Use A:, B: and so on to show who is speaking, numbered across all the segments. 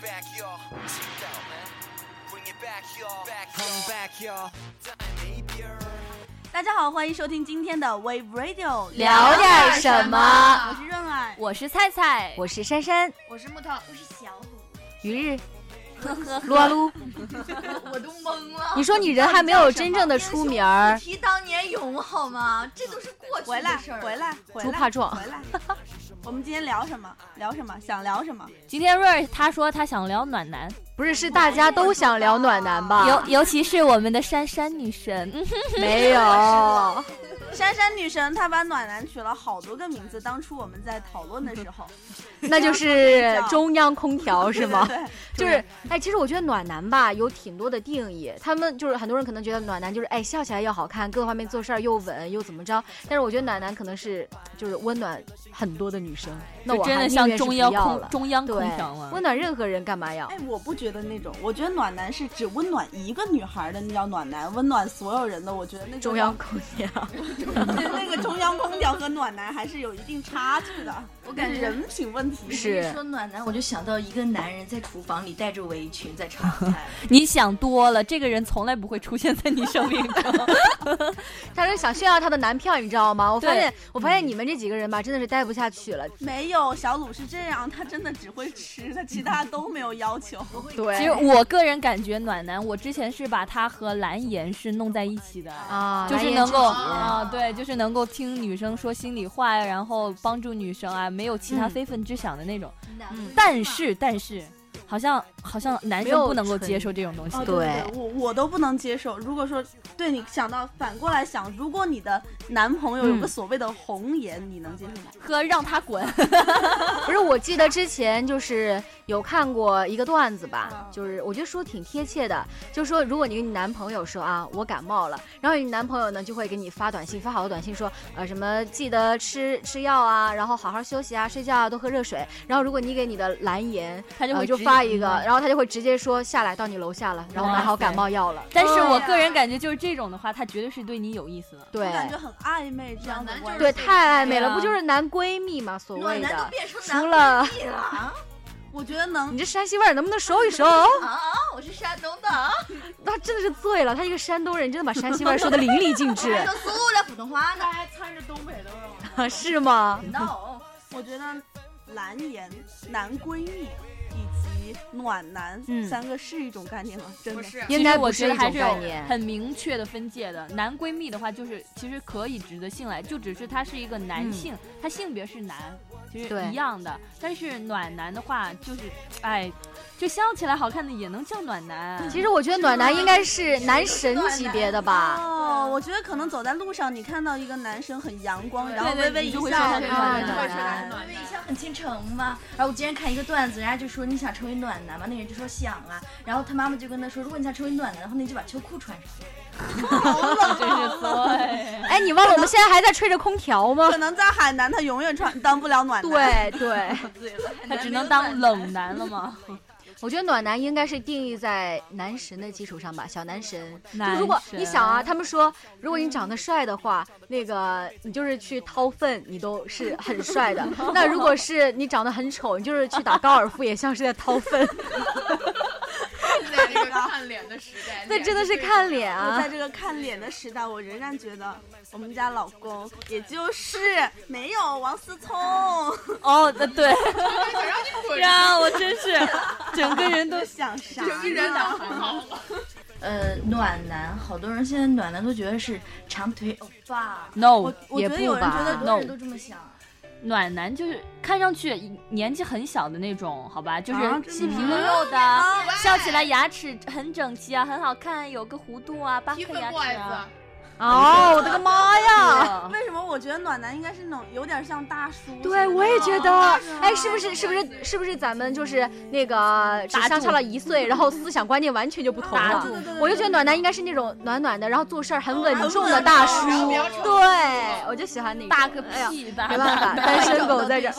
A: back, y'all. Check it out, man. Bring it back, y'all. Back, y'all. back, y'all. Time beer.
B: 大家好，欢迎收听今天的 Wave Radio，
C: 聊点什么
B: 我是润儿，
C: 我是菜菜，
D: 我是珊珊，
E: 我是木头，
B: 我是小鲁，
D: 于日，
B: 呵呵
D: 撸啊撸。
E: 我都懵了。
D: 你说你人还没有真正的出名儿，
E: 提当年勇好吗？这都是过去
B: 回来
E: 的事儿。
B: 回来回
D: 猪
B: 来
D: 怕壮。
B: 回来。 我们今天聊什么？聊什么？想聊什么？
C: 今天瑞儿他说他想聊暖男，
D: 不是是大家都想聊暖男吧？
C: 尤尤其是我们的珊珊女神，嗯，
D: 没
E: 啊
D: 有？
B: 珊珊女神她把暖男取了好多个名字，当初我们在讨论的时 候，
D: 那就是中央空调是吗？
B: 对对对
D: 就是哎，其实我觉得暖男吧有挺多的定义，他们就是很多人可能觉得暖男就是哎笑起来要好看，各方面做事儿又稳又怎么着，但是我觉得暖男可能是就是温暖很多的女生，那我
C: 真
D: 还
C: 的
D: 宁
C: 像
D: 愿是
C: 中
D: 不
C: 央
D: 要
C: 空
D: 了。
C: 中央空
D: 对
C: 调啊，
D: 温暖任何人干嘛要？
B: 哎，我不觉得那种，我觉得暖男是只温暖一个女孩的，那叫暖男；温暖所有人的，我觉得那个
D: 中央空 调。
B: 那个中央空调和暖男还是有一定差距的，
E: 我感觉
B: 人品问题。
D: 是
E: 一说暖男，我就想到一个男人在厨房里带着围裙在炒菜，
C: 你想多了，这个人从来不会出现在你生命 中。
D: 他是想炫耀他的男票，你知道吗？我发
C: 对嗯
D: 现，我发现你们这几个人吧，真的是待不下去了。
B: 没有，小鲁是这样，他真的只会吃，他其他都没有要求。
D: 对，
C: 其实我个人感觉暖男，我之前是把他和蓝颜是弄在一起的。
D: 啊，
C: 就是
D: 蓝颜
C: 能够
D: 知己
C: 啊，对，就是能够听女生说心里话呀，然后帮助女生啊，没有其他
D: 嗯
C: 非分之想的那种。
D: 嗯
C: 但是，但是，好像好像男
D: 没
C: 生
D: 有
C: 不能够
D: 纯
C: 接受这种东西。
B: 哦，
D: 对
B: 我我都不能接受。如果说对你想到反过来想，如果你的男朋友有个
D: 嗯
B: 所谓的红颜，你能接受吗？
C: 喝让他滚，
D: 不是，我记得之前就是有看过一个段子吧
B: 嗯，
D: 就是我觉得说挺贴切的，就说如果你跟你男朋友说啊，我感冒了，然后你男朋友呢就会给你发短信，发好多短信说，呃，什么记得吃吃药啊，然后好好休息啊，睡觉啊，多喝热水。然后如果你给你的蓝颜，
C: 他就
D: 然后
C: 会
D: 就
C: 直
D: 发一个，
C: 嗯
D: 然后他就会直接说下来到你楼下了，然后
C: 哇
D: 买好
C: 塞
D: 感冒药了。
C: 但是我
B: 对
C: 个人
B: 呀
C: 感觉就是这种的话，他绝对是对你有意思的。
B: 我
D: 对，
B: 感觉很暧昧这样的关系。
D: 对，
E: 对
D: 太暧昧
C: 对
D: 了，
C: 啊
D: 不就是男闺蜜嘛？所
E: 暖
D: 谓
E: 男都
D: 的，
E: 变成
D: 除
E: 男
D: 了嗯
E: 闺蜜了啊
B: 我觉得能
D: 你这山西味儿能不能收 一收？
C: 嗯
E: 啊！我是山东的，
B: 啊
D: 他真的是醉了，他一个山东人，真的把山西味儿说的淋漓尽 致，
B: 啊
E: 还说苏的普通话呢，
F: 还掺着东北的味儿吗？
D: 是吗？
E: 闹。
B: 哦我觉得蓝颜、男闺蜜以及暖男、
D: 嗯
B: 三个是一种概念吗？真的
F: 不是，
D: 应该
C: 其实
D: 不
C: 我
D: 是
C: 觉
D: 一
C: 得还
D: 种
C: 是
D: 概
C: 有
D: 念。
C: 很明确的分界的。男闺蜜的话，就是其实可以值得信赖，就只是他是一个男
D: 嗯
C: 性，他性别是男，其实
D: 对
C: 一样的。但是暖男的话，就是哎，就笑起来好看的也能叫暖男。
D: 其实我觉得暖男应该是男神级别的吧，
B: 哦，我觉得可能走在路上，你看到一个男生很阳光，
F: 对
B: 然后
C: 对
B: 微
C: 对
B: 微
C: 你
B: 一
C: 就
B: 笑，
C: 会说他是
B: 就
D: 暖
B: 是
D: 男
B: 暖
F: 啊
B: 男
F: 暖
E: 因为你想很倾城嘛。然后我之前看一个段子，人家就说你想成为暖男吗？那人就说想啊。然后他妈妈就跟他说，如果你想成为暖男的话，那你就把秋裤穿上。
B: 哦
C: 真是 对，
D: 哎，你忘 了我们现在还在吹着空调 吗
B: 可？能在海南，他永远穿当不了暖男。，
D: 对对，
C: 他只能当冷男了 吗？
D: 我觉得暖男应该是定义在男神的基础上吧，小男神。
C: 男
D: 就如果你想啊，
C: 神
D: 他们说，如果你长得帅的话，那个你就是去掏粪，你都是很帅的。那如果是你长得很丑，你就是去打高尔夫，也像是在掏粪。
F: 在这个看脸的时 代，
D: 那真的是看脸
B: 我
D: 啊
B: 在！这个看脸的时代，我仍然觉得我们家老公也就是没有王思聪。
C: 哦，呃 对
F: 想让你滚，
C: 呀，我真是整个人都
B: 都想啥？
F: 整个人脑好了。
E: 呃，暖男，好多人现在暖男都觉得是长腿欧巴，
C: no
B: 我我
D: 也
B: 觉得有
D: 不
B: 人觉
D: 吧
B: 得
E: 很多人
C: No
E: 都这么想。
C: 暖男就是看上去年纪很小的那种，好吧，就是
B: 啊
C: 细皮
B: 真
C: 嫩
B: 的
C: 肉的，笑起来牙齿很整齐啊，很好看，有个弧度啊，八颗
F: 一分
C: 牙齿啊。
F: boys，
D: 哦，我的个妈呀！
C: 对
B: 为什么我觉得暖男应该是那种有点像大叔？
D: 对，我也觉得
B: 是吗，
D: 哎，是不是是不是是不是咱们就是那个只
C: 打
D: 相
C: 住
D: 差了一岁，然后思想观念完全就不同
C: 打
D: 了
C: 住？
B: 对对对对
D: 我就觉得暖男应该是那种暖暖的，然后做事儿很稳
B: 很
D: 重
B: 稳
D: 的大
B: 重
D: 叔
F: 然后比较。
D: 对
F: 丑，
D: 我就喜欢那种。
C: 大个
D: 哎呀
C: 屁吧，
D: 没办法，单身狗在这 儿。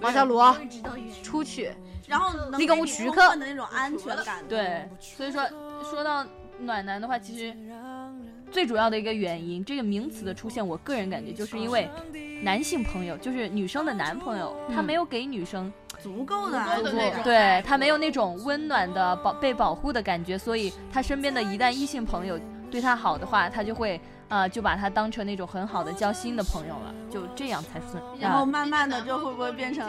D: 王小罗，
E: 终于知道原因。
D: 出去。
B: 然后能
D: 立
B: 给
D: 功
B: 你
D: 徐
B: 充
D: 克
B: 分的那种安全感。，
C: 对，所以说说到暖男的话，其实最主要的一个原因，这个名词的出现，我个人感觉就是因为男性朋友，就是女生的男朋友，他
D: 嗯
C: 没有给女生
B: 足够的
F: 足
B: 安
F: 够的
B: 全
F: 那
B: 感
F: 种。
C: 对他没有那种温暖的保被保护的感觉，所以他身边的一旦异性朋友对他好的话，他就会呃就把他当成那种很好的交心的朋友了，就这样才算。
B: 然后
C: 啊
B: 慢慢的，这会不会变成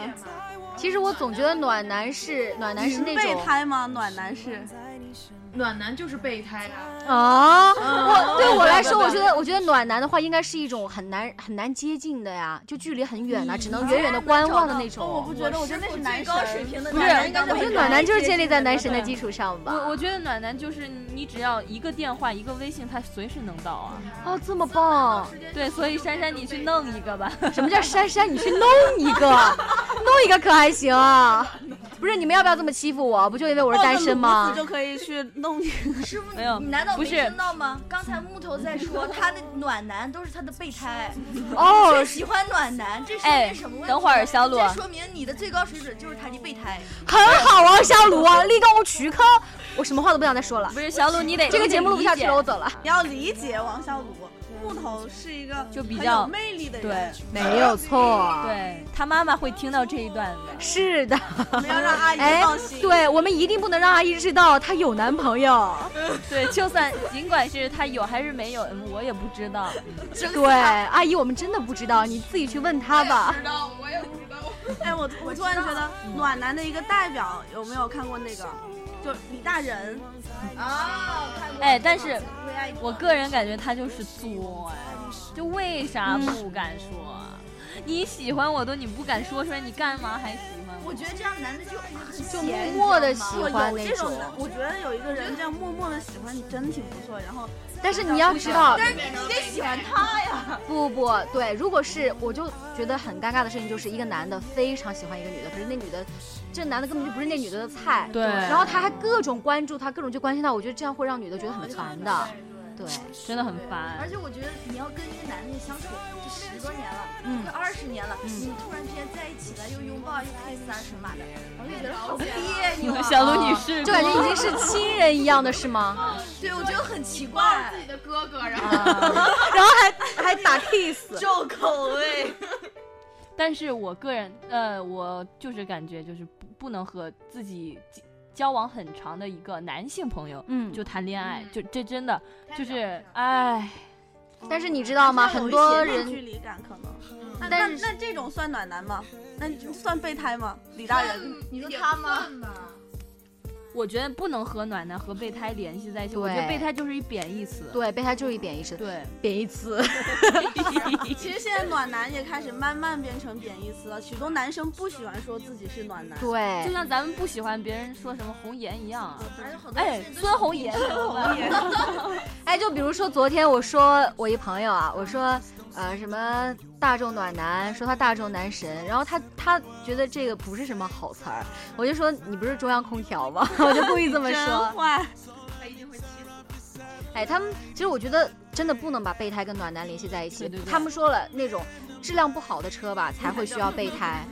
D: 其实我总觉得暖男是暖男是那
B: 备
D: 种
B: 胎吗？暖男是
F: 暖男就是备胎啊，
D: 啊，我对我来说，
F: 对
D: 我
F: 对
D: 觉得我觉得暖男的话应该是一种很难很难接近的呀，就距离很远啊，只能远远的观望的那
B: 我
D: 种
B: 不。觉得，我觉得那是男
E: 高水平
B: 神。
E: 的
D: 不
E: 暖
D: 是，
E: 男
D: 我
E: 应该
D: 觉
E: 是
D: 得
E: 北
D: 暖
E: 大
D: 男就是建立在男
E: 对
D: 神的基础上吧。
C: 我我觉得暖男就是你只要一个电话一个微信，他随时能到啊。
D: 哦，这么棒！
C: 对，所以珊珊你去弄一个吧。
D: 什么叫珊珊？你去弄一个，弄一个可还行啊？不是，你们要不要这么欺负我？不就因为我是单身
B: 抱
D: 吗
B: 着炉子？就可以去弄你。
E: 师傅，
C: 没有
E: 你难道
C: 不
E: 没
C: 是
E: 听到吗？刚才木头在说他的暖男都是他的备胎，
D: 哦
E: 最，喜欢暖男，这 说
C: 哎
E: 明什么问题？
C: 等会儿小鲁啊
E: 这说明你的最高水准就是他的备胎。
D: 很好啊，肖鲁啊，立功取科，我什么话都不想再说了
C: 不。是小鲁，你得
D: 这个节目录不下去了，我
C: 了。
D: 走了。
B: 你要理解王小鲁，木头是一个
C: 就比
B: 很
C: 较
B: 有魅力的
C: 对
B: 人，
D: 没有错，，
C: 对，他妈妈会听到这一段的。
D: 是的。
B: 我们要让阿姨
D: 哎
B: 放心。，
D: 对我们一定不能让阿姨知道她有男朋友。
C: 对，就算尽管是他有还是没有，嗯我也不知道。
D: 对，阿姨，我们真的不知道，你自己去问她吧
F: 不。知道，我也不知道。
B: 哎，我我突然觉得暖男的一个代表，有没有看过那个？就李大仁，
E: 啊，看过
C: 哎，但是
E: 为爱
C: 我个人感觉他就是作哎，就为啥不敢说啊？你喜欢我都你不敢说出来，你干嘛还喜欢我？
E: 我觉得这样男的就很
D: 就
E: 闲
D: 默默地
E: 你知道吗
D: 喜
B: 我
D: 欢
B: 有
D: 那
B: 这种
D: 种
B: 男，我觉得有一个人这样默默的喜欢你，真挺不错。然后
D: 但是你要知道，
E: 但是你你得喜欢他呀。
D: 不不不，对，如果是我就觉得很尴尬的事情，就是一个男的非常喜欢一个女的，可是那女的，这男的根本就不是那女的的菜，
C: 对
D: 然后他还各种关注她，各种去关心她，我觉得这样会让女的觉得很烦的，对，
C: 真的很
E: 而
C: 烦。
E: 且我觉得你要跟一个男的相处就十多年了，
D: 嗯
E: 快二十年了，你突然之间在一起了，又拥抱又 kiss 啊什么的，我就觉得好别扭啊。
C: 小卢女士，
D: 哦就感觉已经是亲人一样的是吗？
E: 对，我觉得很奇
F: 抱着
E: 怪
F: 自。己的哥哥，然后
D: 啊然后还还打 kiss，
E: 重口 味，
C: 但是我个人，呃，我就是感觉就是不不能和自己交交往很长的一个男性朋友
D: 嗯，
C: 就谈恋爱
F: 嗯，
C: 就这真的就
F: 太
C: 是
F: 了
C: 哎，
D: 但是你知道吗？
B: 还有
D: 很
B: 一
D: 多
B: 些 恋距
D: 人嗯
B: 离感可能。那那
D: 但是
B: 那这种算暖男吗？那算备胎吗？李大仁，
F: 你
E: 说他吗？
C: 我觉得不能和暖男和备胎联系在一起。我觉
D: 对
C: 得备胎就是一贬义词。
D: 对被他就是一贬义词，
C: 对，
D: 贬义词，
B: 其实现在暖男也开始慢慢变成贬义词了。许多男生不喜欢说自己是暖男，
D: 对
C: 就，像咱们不喜欢别人说什么红颜一样啊。
E: 而且好 多
C: 哎，
E: 人
C: 孙红颜，
B: 红颜。
D: 哎，就比如说昨天我说我一朋友啊，我说呃什么大众暖男，说他大众男神，然后他他觉得这个不是什么好词儿，我就说你不是中央空调吗？ 我就故意这么
B: 真
D: 说。
B: 坏，
F: 他一定会气死的。
D: 哎，他们其实我觉得真的不能把备胎跟暖男联系在一起。
C: 对对对
D: 他们说了，那种质量不好的车吧才会需要备胎，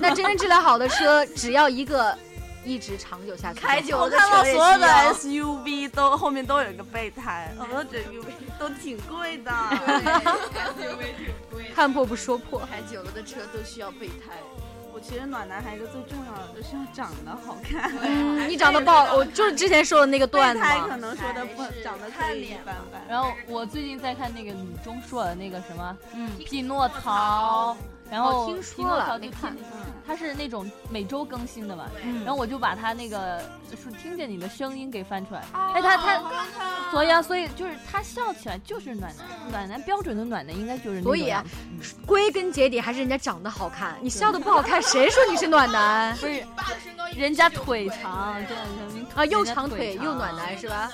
D: 那真正质量好的车，只要一个一直长久下去就好。
E: 开久
B: 我
E: 了
B: 看到所有的
E: 人
B: SUV 都后面都有一个备胎，我都觉得 UV 都挺贵的。
F: SUV 挺贵的。
D: 看破不说破。
E: 开久了的车都需要备胎。
B: 我其实暖男还有一个最重要的就是要长得好看，
D: 嗯，你长得不好，我就是之前说的那个段
B: 备
D: 子
B: 胎
D: 嘛
B: 可。能说的不
E: 还是
B: 长得可
E: 看
B: 以一
E: 脸
B: 般般。
C: 然后我最近在看那个李钟硕的那个什么
D: 嗯，
C: 匹诺曹，然后
D: 哦听
C: 匹
D: 说
C: 诺
D: 了
C: 曹
D: 没
C: 就
D: 看
C: 听，
B: 嗯
C: 他是那种每周更新的嘛。
D: 嗯
C: 然后我就把他那个就是听见你的声音给翻出来，
D: 啊
C: 哎，他他，所以啊，所以就是他笑起来就是暖男，暖男标准的暖男应该就是那
D: 所
C: 种
D: 以啊
C: 样子。
D: 归根结底还是人家长得好看，你笑的不好看，谁说你是暖男
C: 不是
F: 爸的身高一米
C: 人家
F: 九五
C: 腿
F: 哎
C: 长，对，
D: 啊？又
C: 人家
D: 长腿
C: 长
D: 又暖男是吧？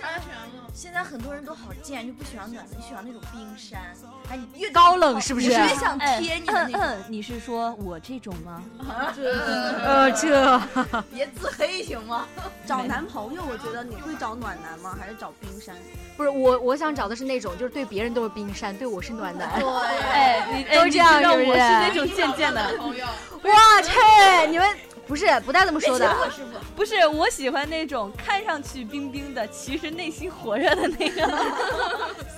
F: 张学友
E: 现在很多人都好贱，就不喜欢暖的，就喜欢那种冰山。哎，你越
D: 高冷是不
E: 你
D: 是
E: 是？越想贴你的那种，
C: 啊嗯嗯你是说我这种吗？嗯
D: 呃，这
E: 别自黑行吗？
B: 找男朋友，我觉得你会找暖男吗？还是找冰山？
D: 不是我，我想找的是那种就是对别人都是冰山，对我是 暖男。
C: 哎，你哎
D: 都
C: 你
D: 这样
C: 知道
D: 是不
C: 我
D: 是
C: 是那种贱贱
F: 的
C: 的，
F: 朋友，
D: 哇啊切，你们不是不带这么说的，
C: 不是我喜欢那种看上去冰冰的，其实内心火热的那个。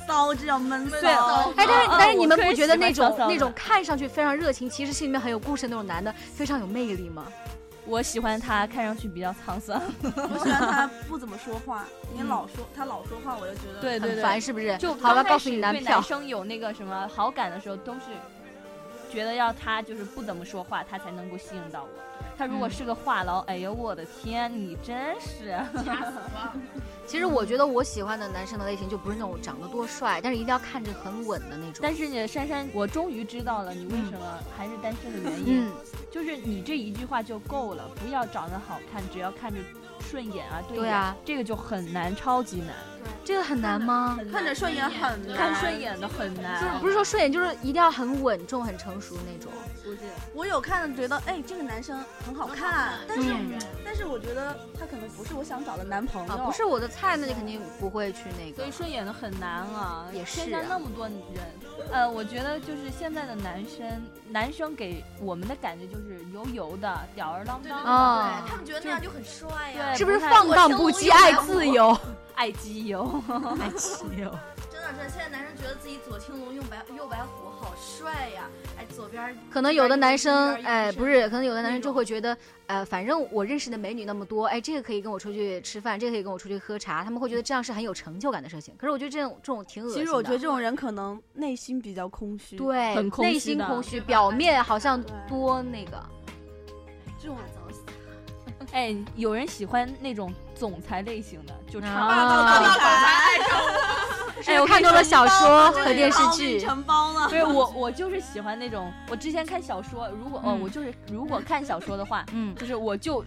B: 骚，这叫闷
C: 对
B: 骚。
D: 哎，但是
C: 啊
D: 但是你
C: 我
D: 们
C: 可
D: 不
C: 以
D: 觉得
C: 喜欢
D: 那种
C: 骚骚的
D: 那种看上去非常热情，其实心里面很有故事的那种男的，非常有魅力吗？
C: 我喜欢他，看上去比较沧桑。
B: 我喜欢他不怎么说话，你老说他老说话，我就觉得
C: 对对
D: 很
C: 对，
D: 烦是不是？
C: 就
D: 好了，
C: 刚开
D: 告诉
C: 始
D: 你男
C: 对
D: 票
C: 男，生有那个什么好感的时候，都是觉得要他就是不怎么说话，他才能够吸引到我。他如果
D: 嗯
C: 是个话痨，哎呦我的天，你真是
D: 其实我觉得我喜欢的男生的类型就不是那种长得多帅，但是一定要看着很稳的那种。
C: 但是你珊珊，我终于知道了你为什么还是单身的原 因，
D: 嗯，
C: 就是你这一句话就够了，不要长得好看，只要看着顺眼啊，对
D: 对
C: 眼
D: 啊，
C: 这个就很难，超级难，
D: 这个很难吗？
B: 看着顺眼很难。
C: 看顺眼的很
D: 就是
C: 难。
D: 嗯
C: 啊
D: 不是说顺眼，就是一定要很稳重、很成熟那种。
B: 我有看的觉得，哎，这个男生很好看，但是、
D: 嗯
B: 但是我觉得他可能不是我想找的男朋友，
D: 啊，不是我的菜，那就肯定不会去那
C: 所
D: 个
C: 以。顺眼的很难啊，
D: 也是啊
C: 天下那么多人，呃，我觉得就是现在的男生，男生给我们的感觉就是油油的、吊儿郎当的，嗯哦
D: 啊
E: 他们觉得那样就很帅呀
C: 对，
D: 是不是
C: 不太
D: 放荡不羁、爱自由？
C: 爱基友，
D: 爱自由。
E: 真的，真的，现在男生觉得自己左青龙右白右白虎好帅呀！哎，左边儿
D: 可能有的男生，
E: 一边儿
D: 哎，
E: 一边儿
D: 不是，可能有的男生
E: 那
D: 就
E: 种
D: 会觉得，呃，反正我认识的美女那么多，哎，这个可以跟我出去吃饭，这个可以跟我出去喝茶，他们会觉得这样是很有成就感的事情。可是我觉得这种这种挺恶心的。
B: 其实我觉得这种人可能内心比较空虚，，
D: 对，
C: 很空
D: 内
C: 虚
D: 心
C: 的
D: 空虚，
E: 对吧
D: 表面好像
B: 对
D: 多那个。
B: 这种
C: 哎，有人喜欢那种总裁类型的，就
D: 啊
C: 长
B: 霸道
F: 霸道
B: 总
F: 总
B: 裁，
F: 裁爱上
C: 哎我跟
D: 看
C: 你
D: 多
C: 说
D: 了小说
B: 这
D: 和
B: 个
D: 电视
B: 包给你
D: 剧，
B: 承包了
C: 不。是我，我就是喜欢那种。我之前看小说，如果、哦
D: 嗯，
C: 我就是如果看小说的话，
D: 嗯，
C: 就是我就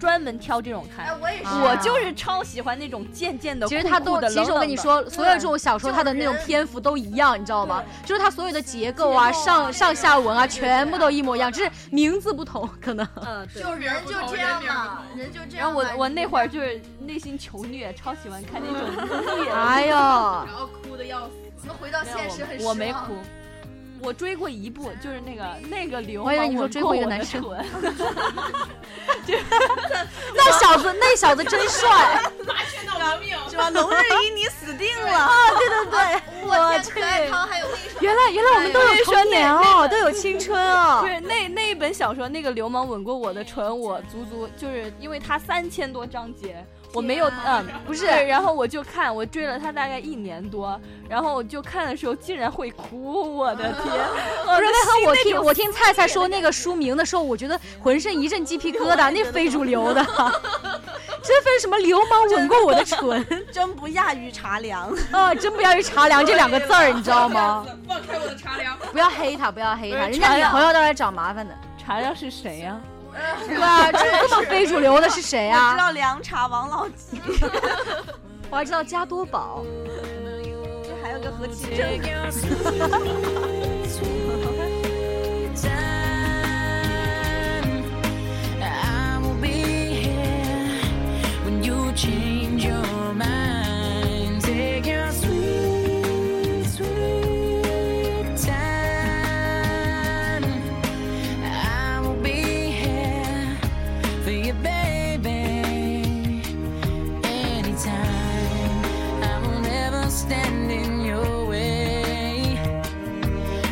C: 专门挑这种看。
E: 哎，我也是，
D: 啊
C: 我就是超喜欢那种贱贱的、
D: 其实他
C: 酷酷
D: 都，
C: 的
D: 其实我跟你，说，所有这种小说，
E: 这
D: 它的
E: 种
D: 那种
E: 人
D: 篇幅都一样，你知道吗？就是它所有的结构
E: 结
D: 啊、
E: 构啊
D: 上上下文啊，
E: 对
D: 全部都一模一样，只是名字不同，可能。
C: 冷冷的嗯，对。
E: 就人就这样嘛，人就这
C: 然
E: 样
C: 后
E: 嘛。
C: 我我那会儿就是内心求虐，超喜欢看那 种虐。
D: 哎呦，
F: 然后哭的要死。
E: 怎么回到现实很
C: 我没
E: 失望
C: 哭，我追过一部，就是那个那个流氓
D: 我以为你说追过一个男生
C: 吻过我的唇
D: 那小子，那小子真帅，
F: 麻雀闹革命，
B: 是吧？龙日一，你死定了！
D: 啊
E: 我天，可爱汤还有那一首
D: 原来原来我们
C: 哎
D: 都有童年哦，都有青春哦
C: 不。是那那一本小说，那个流氓吻过我的唇，我足足就是因为它三千多章节。我没有，
D: 啊
C: 嗯，不是，然后我就看，我追了他大概一年多，然后我就看的时候竟然会哭，我的天！不
D: 不是，为何我听我听菜菜说那个书名的时候，我觉得浑身一阵鸡皮疙瘩，那非主流的， 这分什么流氓吻过我的唇
B: 真不亚于茶凉。
D: 啊，真不要于茶凉这两个字儿，你知道吗？？
F: 放开我的茶凉，
D: 不要黑他，不要黑
C: 不
D: 他，
C: 是
D: 人家
C: 茶
D: 女
C: 凉
D: 朋友都来找麻烦的。
C: 茶凉是谁呀、
D: 对啊，这这么非主流的是谁
B: 我知
D: 啊？
B: 道凉茶王老吉，
D: 我还知道加多宝。
B: 这还有个何其真。
G: I will be here when you change your mind. Take your sweet, sweet time. I will be here for you, baby. Anytime. I will never stand in your way.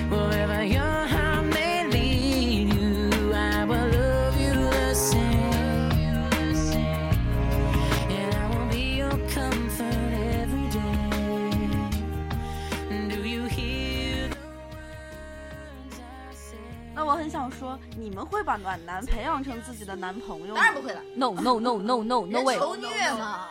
G: Wherever your heart may lead you, I will love you the same. And I will be your comfort every day. Do you hear the words I say?
B: 那我很想说，你们会把暖男培养成自己的男朋友吗
E: 当？然不会 了，
C: n o no no no no no
E: 人
C: way！
E: 求虐嘛。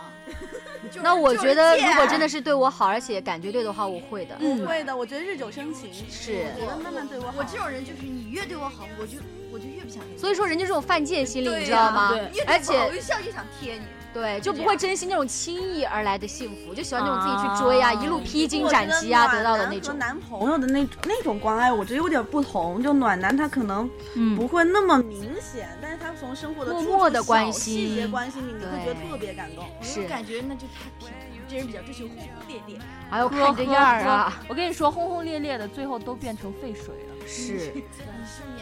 E: 就是啊
D: 那我觉得，如果真的
E: 是
D: 是对我好，而且感觉对的话，我会的。
B: 不会的，我觉得日久生情。
D: 是
B: 我觉得慢慢对我好。
E: 我这种人，就是你越对我好，我就我就越不想跟你。
D: 所以说，人家这种犯贱心理，
E: 对呀
D: 你知道吗
C: 对？
E: 越对
D: 而
E: 我好，我
D: 且
E: 越笑越想贴你。
D: 对，就不会珍惜那种轻易而来的幸福，就喜欢那种自己去追啊，
C: 啊
D: 一路披荆斩棘啊得到的
B: 我觉
D: 那
B: 得
D: 种。
B: 暖男和男朋友的那那种关爱，我觉得有点不同。就暖男他可能
D: 嗯
B: 不会那么明显，但是他从生活的
D: 默
B: 处
D: 默
B: 处
D: 地
B: 小
D: 关
B: 细节
D: 心
B: 关心你，你会觉得
D: 对
B: 特别感动。
E: 我
D: 是
E: 就感觉那就太平了，这人比较追求轰轰烈烈。
D: 哎呦，看你这样儿啊，！
C: 我跟你说，轰轰烈烈的，最后都变成沸水了。
D: 是，
C: 真的
E: 你是年纪小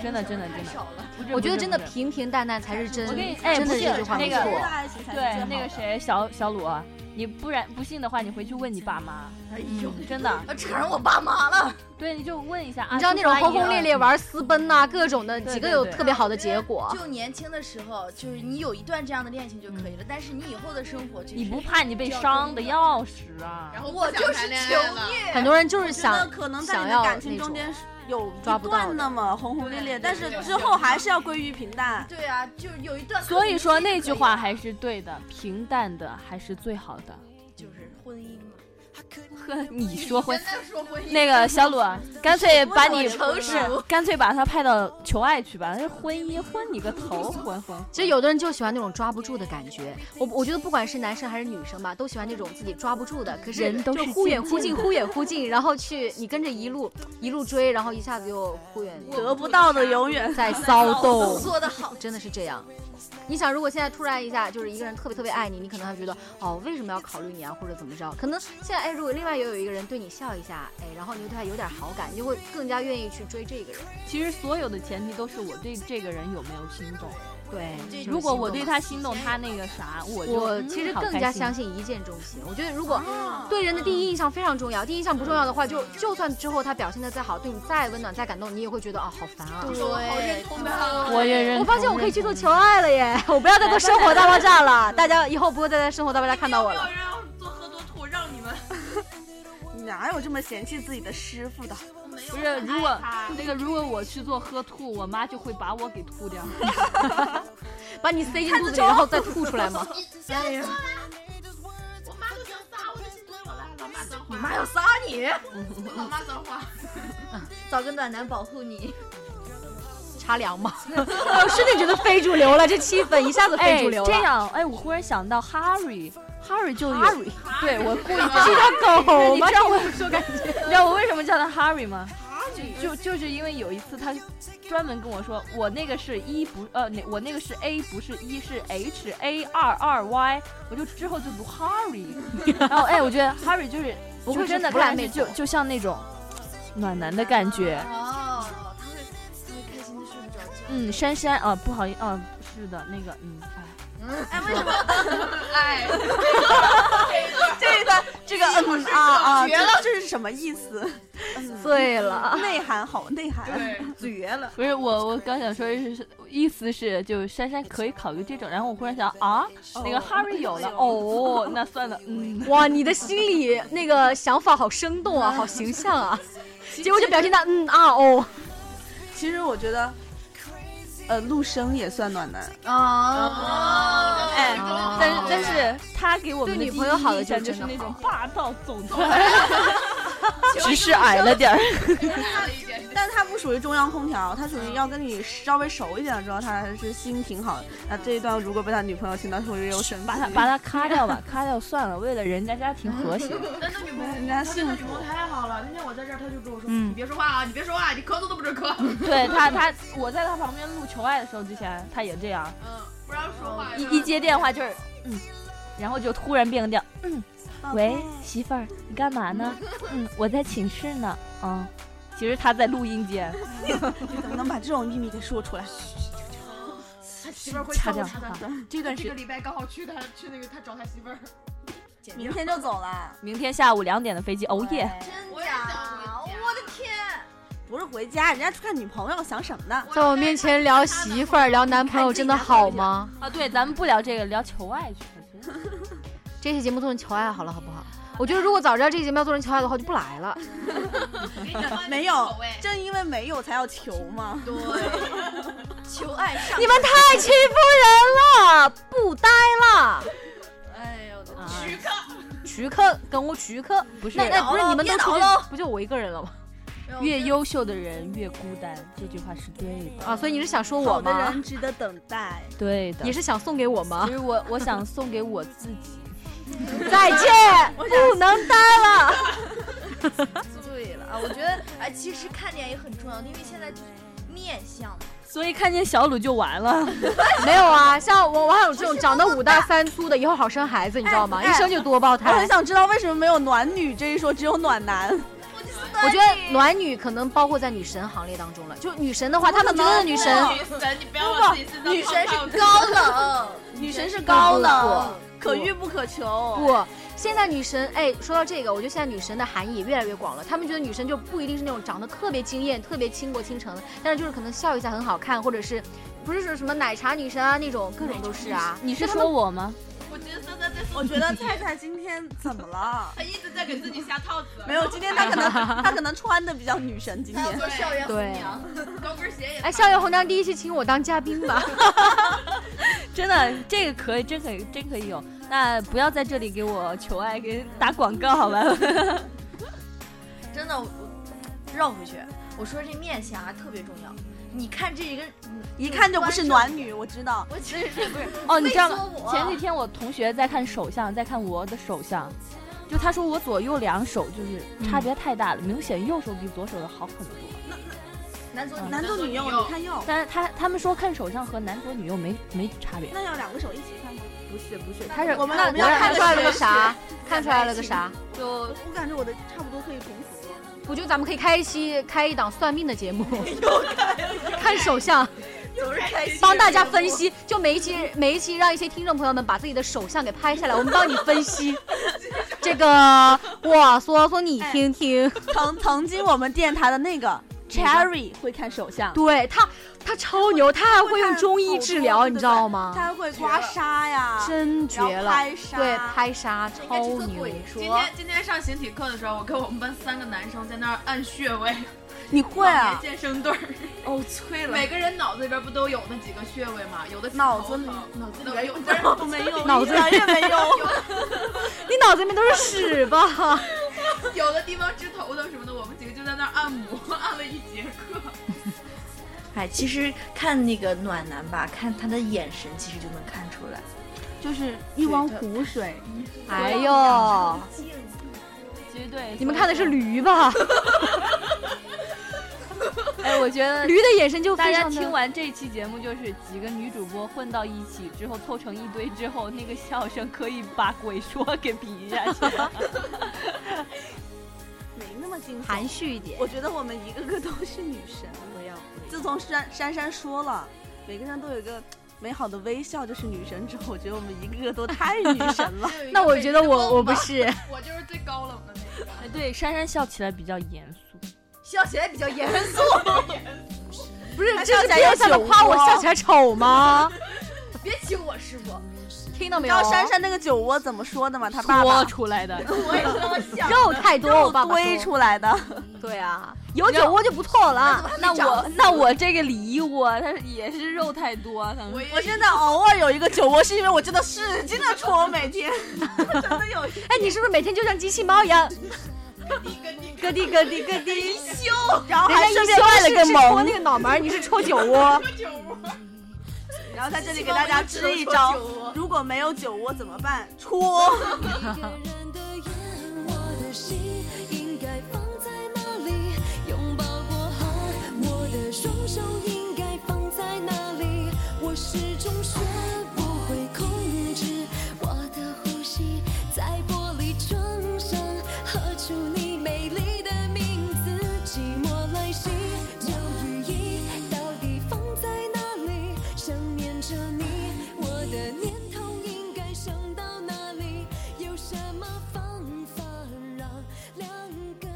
C: 真的
E: 太
C: 真的
E: 少了，
D: 我觉得
C: 不是
D: 真的
C: 不是
D: 平平淡淡才是真，
C: 我跟你哎
D: 真的
C: 不
D: 是
C: 是
D: 这句话
C: 那
D: 没
C: 个
B: 真
D: 错
B: 的。爱情才是最
C: 对
B: 好
C: 那个
B: 的
C: 谁小小鲁啊，你不然不信的话，你回去问你爸妈，
E: 哎呦，
C: 真的。
E: 啊扯上我爸妈了，
C: 对，你就问一下啊。
D: 你知道那种
C: 叔叔阿
D: 轰
C: 姨
D: 轰烈烈玩私奔呐、各种的，
C: 对
D: 几个
C: 对
D: 有
C: 对
D: 特别好的结果。
E: 就年轻的时候，就是你有一段这样的恋情就可以了，但是你以后的生活就是
C: 嗯你不怕你被伤的要死啊？
F: 然后不
E: 我
F: 想
E: 就是
F: 谈恋爱
E: 求
F: 了
E: 虐，
D: 很多人就
B: 觉
D: 是
B: 得
D: 想
B: 可能在
D: 想
B: 你的
D: 要
B: 感
D: 那
B: 情中
D: 种
B: 间是有一
D: 抓不到的
B: 段那么轰轰烈烈，
F: 对
B: 但是之后还是要归于平淡。
E: 对啊，就是有一段可能
C: 所以
E: 性就可以了。
C: 说那句话还是对的，平淡的还是最好的。
E: 就是婚姻嘛，
C: 呵，你说婚
F: 现在说婚姻
C: 那个小鲁，啊 干脆把
E: 我
C: 你
E: 成熟
C: 干脆把他派到求爱去吧。那婚姻婚你个 头，婚婚。
D: 其实有的人就喜欢那种抓不住的感觉。我我觉得不管是男生还是女生吧，都喜欢那种自己抓不住的，可是
C: 人都
D: 就是忽远忽
C: 渐
D: 近，
C: 进的
D: 忽远忽近，然后去你跟着一路一路追，然后一下子又忽远
B: 得不到的永远
D: 在骚动。
E: 做的好，
D: 真的是这样。你想，如果现在突然一下就是一个人特别特别爱你，你可能还觉得哦，为什么要考虑你啊，或者怎么着？可能现在哎，如果另外也有一个人对你笑一下，哎，然后你就对他有点好感，你就会更加愿意去追这个人。
C: 其实所有的前提都是我对这个人有没有心动。
D: 对，就是
C: 如果我对
D: 心
C: 他心动，他那个啥，我
D: 动，
C: 就
D: 我
C: 嗯
D: 其实
C: 好
D: 更
C: 开
D: 加
C: 心啊嗯
D: 相信一见钟情。我觉得如果对人的第一印象非常重要，第一印象不重要的话，就就算之后他表现的再好，对你再温暖再感动，你也会觉得啊、好烦啊。
E: 对，
C: 啊 我也认
D: 我
C: 同。
D: 发现我可以去做求爱了耶！我不要再做生活大爆炸了， 大家以后不会再在生活大爆炸看到我了。
F: 让做喝多吐，让你们
B: 哪有这么嫌弃自己的师傅的？
C: 不是，如果那个如果我去做喝吐，我妈就会把我给吐掉。
D: 把你塞进肚子里，然后再吐出来 吗？
F: 我妈都想撒我的心对我了，老妈脏
E: 你
F: 话，
E: 妈要杀你，
F: 我老妈脏话，
E: 找个暖男保护你，
D: 茶凉吗？我瞬呃间觉得非主流了，这气氛一下子非主流了。
C: 这样，哎，我忽然想到 Harry，Harry 就有，
D: Harry
C: 对我故意
D: 是他 狗
C: 你
D: 吗
C: 知？道我说 感觉，你知道我为什么叫他 Harry 吗？就就是因为有一次他专门跟我说，我那个是一不呃，那我那个是 A 不是一是 H A 二二 Y，我就之后就读 Harry，然 后哎，我觉得 Harry 就是
D: 不
C: 就
D: 愧是
C: 真的
D: 弗莱
C: 看上
D: 妹
C: 去就
D: 头
C: 就像那种暖男的感觉，
E: 哦，他会他会开心的睡不着觉，
C: 嗯，珊珊啊、不好意思，啊、是的，那个嗯，哎。
B: 哎，为什么
F: 哎，
B: 这一段这个嗯啊啊，绝了，这是什么意思？
D: 醉 了，
B: 内涵好，内涵
F: 对
B: 绝了。
C: 不是我，我刚想说是是意思是就珊珊可以考虑这种，然后我忽然想啊，那个 Harry 有了哦，那算了，嗯，
D: 哇！你的心里那个想法好生动啊，好形象啊。结果就表现在嗯啊哦，
B: 其实我觉得，呃，陆生也算暖男。
E: 哦，
C: 哎，但但是他给我们的
D: 对女朋友好的
C: 第一印象
D: 就
C: 就是是
D: 真的
C: 那
D: 好
C: 种霸道总 裁，只是矮了点儿。
F: 大了一点，
B: 但他不属于中央空调，他属于要跟你稍微熟一点了之后，他还是心挺好的。那这一段如果被他女朋友听到，会不会又生气？
C: 把他把他咔掉吧，咔掉算了，为了人家家庭和谐。
F: 但那女朋友，
B: 人家
F: 他
B: 幸
F: 对那
B: 福
F: 女朋友太好了。那天我在这儿，他就跟我说：“
C: 嗯
F: 你别说话啊，你别说话，你咳嗽都不准咳。
C: 对他他，我在他旁边录求爱的时候之前，他也这样，”
F: 嗯，不让说话。
C: 一一接电话就是嗯，然后就突然变个调。
D: 哦
C: 喂，媳妇儿，你干嘛 呢？嗯，我在寝室呢。嗯，其实他在录音间。
B: 你怎么哎能把这种秘密给说出来？
F: 他媳妇儿会
C: 掐
F: 告
C: 掉
F: 诉他
C: 好
F: 的。
C: 这段
F: 这个
C: 是
F: 礼拜刚好去他去那个他找他媳妇儿，
B: 明天就走了，哎
C: 明天下午两点的飞机。哦耶！
E: 真
F: 我也想
E: 假
F: 回？家
E: 我的天，
B: 不是回家，人家去看女朋友，想什么呢？
D: 在我面前聊媳妇儿、聊男朋友，真的好吗？
C: 啊，对，咱们不聊这个，聊求爱去。
D: 这期节目做成求爱好了，好不好？我觉得如果早知道这期节目要做成求爱的话，我就不来了。
B: 没有，正因为没有才要求嘛。
E: 求爱上
D: 你，们太欺负人了，不呆了，
E: 哎呦我
B: 啊
E: 的
C: 徐
E: 天，
F: 克，
D: 徐克跟我徐克。
C: 不是
D: 那那不是你们都
E: 别
D: 出
E: 挠
D: 去
E: 喽，
D: 不就我一个人了吗？
C: 越优秀的人越孤单，这句话是对的。
D: 啊，所以你是想说我
B: 好的
D: 吗？
B: 人值得等待。
C: 对的
D: 你是想送给我吗
C: 其？实我我想送给我自 己。
D: 再见，不能待了。
E: 对了啊，我觉得哎，其实看脸也很重要，因为现在就是面相嘛。
C: 所以看见小鲁就完了。
D: 没有啊，像我我还有这种长得五大三粗的，以后好生孩子，你知道吗？
B: 哎
D: 一生就多胞
B: 我很
D: 胎。
B: 想知道为什么没有暖女这一说，只有暖男。
D: 我觉得暖女可能包括在女神行列当中了，就女神的话，他们觉得的女神
F: 女神，你不要往自己身上
E: 女神
F: 套 套
E: 是高冷，
B: 女神是高冷，
D: 不
B: 可遇不可求。
D: 不，现在女神，哎，说到这个，我觉得现在女神的含义也越来越广了。他们觉得女神就不一定是那种长得特别惊艳、特别倾国倾城的，但是就是可能笑一下很好看，或者是不是说什么奶茶女神啊那种，各种都是啊。
C: 你是
D: 就他
C: 说
D: 们
C: 我吗？
E: 我觉得真的就是
B: 我觉得菜菜今天怎么 了？
E: 他一直在给自己下套子，
B: 没有，今天她 可能她可能穿的比较女神，今
H: 她要
F: 哎
B: 天
H: 做校园
D: 对
H: 红娘，
E: 高跟鞋也
D: 哎，校园红娘第一期请我当嘉宾吧。
C: 真的，这个可以，真可以，真可以有。那不要在这里给我求爱，给打广告 好吧？
H: 真的，我我绕回去，我说这面相啊特别重要。你看这一个，
B: 一看就不是暖女，我知道。
H: 我其实是不是
C: 哦，你知道吗
H: 猥琐我？
C: 前几天我同学在看手相，在看我的手相，就他说我左右两手就是差别太大了，明显右手比左手的好很多。
H: 男左女右
B: 男左女右，你看右，
C: 但是他他们说看手相和男左女右没没差别，
B: 那要两个手一起看吗？
C: 不是不是，他是
B: 我们
D: 那
B: 我们要看
D: 看
B: 的
D: 出来了
B: 是
D: 个啥？看出来了个啥？
C: 就
B: 我感觉我的差不多可以重复 做。
D: 我觉得咱们可以开一期开一档算命的节目，看手相，帮大家分析。就每一期每一期让一些听众朋友们把自己的手相给拍下来，我们帮你分析。这个我说说你听听，
B: 曾曾经我们电台的那个 Cherry 会看手相，
D: 对他他超牛，他还会用
B: 看
D: 中
B: 好
D: 医
B: 多
D: 治疗，你
B: 对
D: 知道
B: 对
D: 吗？
B: 他会刮痧呀，
D: 真绝
B: 然
D: 了
B: 后，拍痧，
D: 对，拍痧
H: 应
D: 超
H: 该去做
D: 牛。
H: 鬼
E: 今
H: 说
E: 天。今天上形体课的时候，我跟我们班三个男生在那儿按穴位，
B: 你会啊
E: 老年？健身队儿，
B: 哦，脆
E: 每个人脑子里边不都有那几个穴位吗？有的是
B: 脑子
E: 头
B: 里
E: 疼
B: 脑子里
E: 有
B: 边
E: 有
B: 有
E: 不是
B: 我没有，
D: 脑
B: 一
D: 子
B: 点也没有。
D: 你脑子里面都是屎吧？
E: 有的地方治头疼什么的，我们几个就在那儿按摩， 按了一节课。
H: 哎，其实看那个暖男吧，看他的眼神，其实就能看出来。
B: 就是一汪湖水，
D: 哎呦，
C: 绝对。
D: 你们看的是驴吧？
C: 哎，我觉 得
D: 驴的眼神就
C: 大
D: 非
C: 家
D: 常的
C: 听。完这期节目，就是几个女主播混到一起之后凑成一堆之后，那个笑声可以把鬼说给比 下去。
B: 没那么惊
D: 含
B: 悚。
D: 蓄一点
B: 我。觉得我们一个个都是女神。我要，自从珊珊珊说了，每个人都有一个美好的微笑，就是女神之后，我觉得我们一个个都太女神了。
E: 就有一个
D: 那我
E: 北
D: 觉得
E: 京
D: 我我
E: 梦吧
D: 不是，
E: 我就是最高冷的那个。
C: 哎对，珊珊笑起来比较严肃。
H: 笑起来比较严 肃，
D: 不是
B: 他
D: 这
B: 笑
D: 是
B: 起来有
D: 变相的
B: 酒
D: 夸我
B: 窝
D: 笑起来丑 吗？
H: 别请我师 傅，
D: 听到
B: 你
D: 没
B: 知
D: 有？
B: 道珊珊那个酒窝怎么说的吗？她爸
C: 搓
B: 爸
C: 出来的，
H: 我也知道笑。
D: 肉太多，我爸爸
B: 堆
D: 说
B: 出来 的。
D: 对啊，有酒窝就不错了。
C: 那我那我这个梨窝，它也是肉太多，可能
B: 我现在偶尔有一个酒窝，是因为我真的使劲的戳，每 天真的 有一个
D: 哎，你是不是每天就像机器猫一 样，咯滴咯滴咯滴？
B: 羞，然后
D: 人家
B: 还
D: 一
B: 顺便
D: 说
B: 卖
D: 是
B: 了个
D: 是戳
B: 萌
D: 那。个脑门儿，你是戳酒窝。
B: 然后在这里给大家支一招，如果没有酒窝怎么办？戳。
G: 一个人的夜，我的心应该放在哪里？拥抱过后，我的双手应该放在哪里？我始终学不会控制我的呼吸，在玻璃窗上喝出你美丽的名字。寂寞来袭，旧雨衣到底放在哪里？想念着你，我的念头应该想到哪里？有什么方法让两个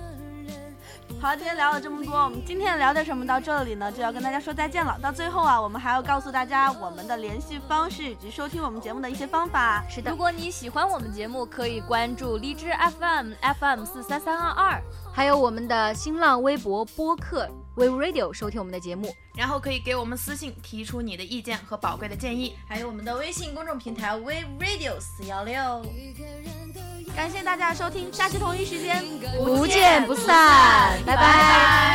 G: 人？
B: 好，今天聊了这么多，我们今天聊点什么到这里呢，就要跟大家说再见了。到最后啊，我们还要告诉大家我们的联系方式以及收听我们节目的一些方法。
D: 是
C: 如，果你喜欢我们节目，可以关注荔枝 FM FM 四三三二二。
D: 还有我们的新浪微博播客 We Radio 收听我们的节目。
E: 然后可以给我们私信提出你的意见和宝贵的建议。
H: 还有我们的微信公众平台 Wave Radio 四幺六。
G: 一个人的夜。
B: 感谢大家收听，下期同一时间
D: 不见不散，拜拜